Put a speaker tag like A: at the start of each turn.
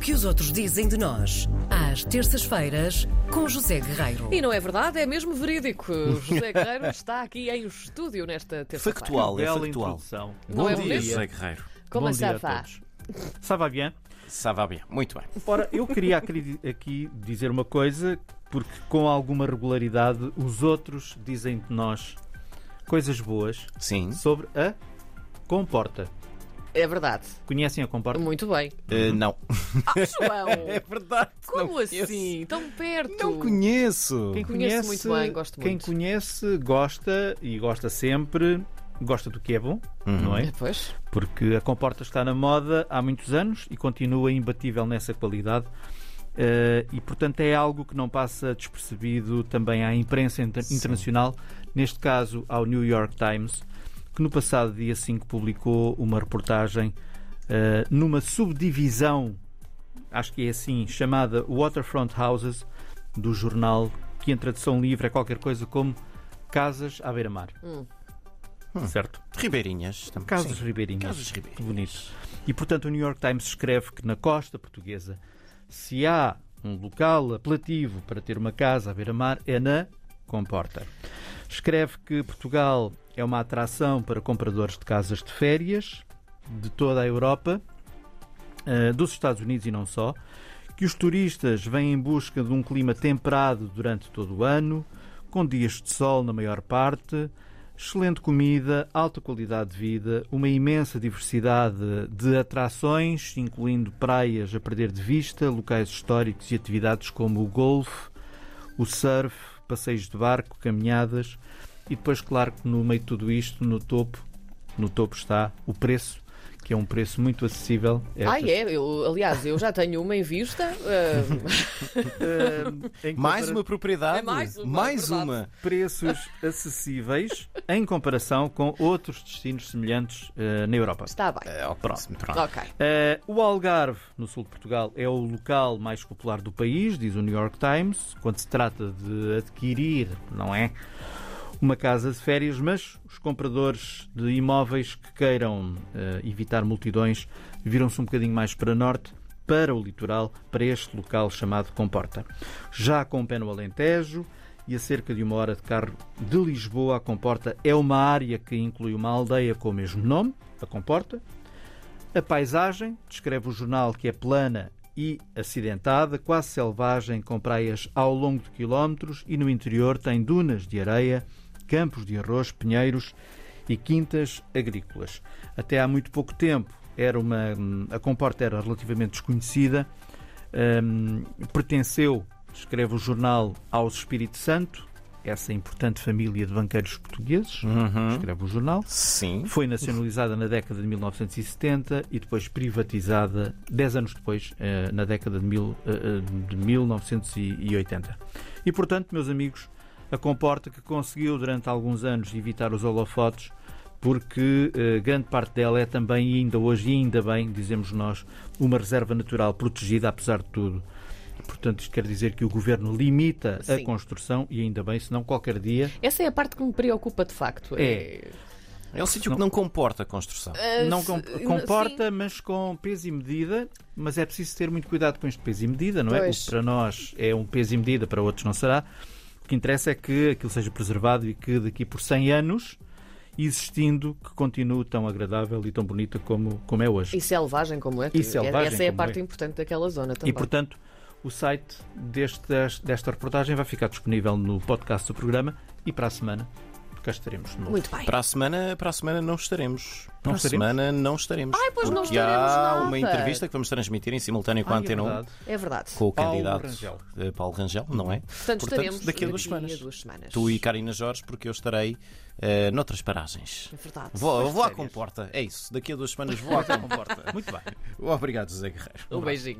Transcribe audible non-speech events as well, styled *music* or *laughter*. A: que os outros dizem de nós, às terças-feiras, com José Guerreiro.
B: E não é verdade, é mesmo verídico. José Guerreiro está aqui em estúdio nesta terça-feira.
C: Factual, é
D: Bela
C: factual.
D: introdução.
B: Não é bonito?
D: José Guerreiro.
B: Como é
D: Bom
B: se
D: dia a
B: faz?
D: todos. Ça va bien?
C: Ça va bien. Muito bem.
D: Ora, eu queria acredi- aqui dizer uma coisa, porque com alguma regularidade os outros dizem de nós coisas boas
C: Sim.
D: sobre a Comporta.
B: É verdade.
D: Conhecem a Comporta?
B: Muito bem.
C: Eh, não.
B: *laughs* João,
C: É verdade.
B: como assim? Tão perto.
C: Não conheço.
D: Quem
B: Conheço muito bem, gosto
D: Quem
B: muito.
D: conhece, gosta e gosta sempre, gosta do que é bom, não é?
B: Eh, Pois,
D: porque a comporta está na moda há muitos anos e continua imbatível nessa qualidade. Eh, e portanto é algo que não passa despercebido também à imprensa inter- internacional, neste caso ao New York Times, que no passado dia 5 publicou uma reportagem eh, numa subdivisão, acho que é assim, chamada Waterfront Houses, do jornal, que em tradução livre é qualquer coisa como Casas à Beira-Mar. Certo?
C: Ribeirinhas. também.
D: Hum. Casas
C: Sim.
D: Ribeirinhas.
C: Casas Ribeirinhas.
D: Que bonito. E portanto, o New York Times escreve que na costa portuguesa, se há um local apelativo para ter uma casa à beira-mar, é na Comporta. Escreve que Portugal é uma atração para compradores de casas de férias de toda a Europa, eh, dos Estados Unidos e não só, que os turistas vêm em busca de um clima temperado durante todo o ano, com dias de sol na maior parte, excelente comida, alta qualidade de vida, uma imensa diversidade de atrações, incluindo praias a perder de vista, locais históricos e atividades como o golfe, o surf, passeios de barco, caminhadas e depois, claro, que no meio de tudo isto, no topo, no topo está o preço, que é um preço muito acessível.
B: Ah, é. Eu, aliás, eu já tenho uma em vista. ah,
C: Mais uma propriedade.
B: É mais uma,
C: Mais
B: verdade.
C: uma.
D: preços acessíveis em comparação com outros destinos semelhantes eh, na Europa.
B: está
D: *laughs*
B: bem.
C: Eh, ó, Pronto. Pronto.
B: Ok.
D: Eh, o Algarve, no sul de Portugal, é o local mais popular do país, diz o New York Times, quando se trata de adquirir, não é? Uma casa de férias, mas os compradores de imóveis que queiram eh, evitar multidões viram-se um bocadinho mais para norte, para o litoral, para este local chamado Comporta. Já com o pé no Alentejo e a cerca de uma hora de carro de Lisboa, a Comporta é uma área que inclui uma aldeia com o mesmo nome, a Comporta, a paisagem, descreve o jornal que é plana e acidentada, quase selvagem, com praias ao longo de quilómetros e no interior tem dunas de areia, campos de arroz, pinheiros e quintas agrícolas. Até há muito pouco tempo era uma, a comporta era relativamente desconhecida, hum, pertenceu, escreve o jornal, aos Espírito Santo, essa importante família de banqueiros portugueses, escreve o jornal.
C: Sim. É um
D: Foi nacionalizada na década de 1970 e depois privatizada, 10 anos depois, eh, na década de, mil- eh, eh, de 1980. E, portanto, meus amigos, a Comporta que conseguiu durante alguns anos evitar os holofotes, porque eh, grande parte dela é também, e ainda hoje, e ainda bem, dizemos nós, uma reserva natural protegida, apesar de tudo. Portanto, isto quer dizer que o governo limita
B: Sim.
D: a construção, e ainda bem, senão qualquer dia
B: Essa é a parte que me preocupa de facto.
D: É.
C: É um sítio que não comporta construção.
B: Ah,
D: não
B: se-
D: com-
B: sim.
D: comporta, mas com peso e medida. Mas é preciso ter muito cuidado com este peso e medida, não é? O
B: Pois.
D: que para nós é um peso e medida, para outros não será. O que interessa é que aquilo seja preservado e que daqui por 100 anos, existindo, que continue tão agradável e tão bonita como, como é hoje.
B: E selvagem como é.
D: E selvagem
B: Essa é a
D: como
B: parte
D: é.
B: importante daquela zona também.
D: E portanto, o site desta, desta reportagem vai ficar disponível no podcast do programa e para a semana cá estaremos de novo.
B: Muito bem.
C: Para a semana, para a semana não estaremos. para
D: estaremos?
C: a semana não estaremos.
B: Ai, pois não
C: porque
B: estaremos
C: há
B: nada.
C: uma entrevista que vamos transmitir em simultâneo com
D: Ai,
C: a
D: é
C: Antena 1,
D: verdade.
B: É verdade.
C: com o
D: Paulo
C: candidato
D: Rangel.
C: eh, Paulo Rangel, não é?
B: Portanto, estaremos
C: daqui a duas
B: A
C: semanas.
B: duas semanas.
C: Tu e Karina Jorge, porque eu estarei eh, noutras paragens.
B: É verdade.
C: Vou, vou à
D: férias. *laughs*
C: comporta, é isso. Daqui a duas semanas vou à comporta.
D: Muito bem.
C: Obrigado, José Guerreiro.
B: Um beijinho.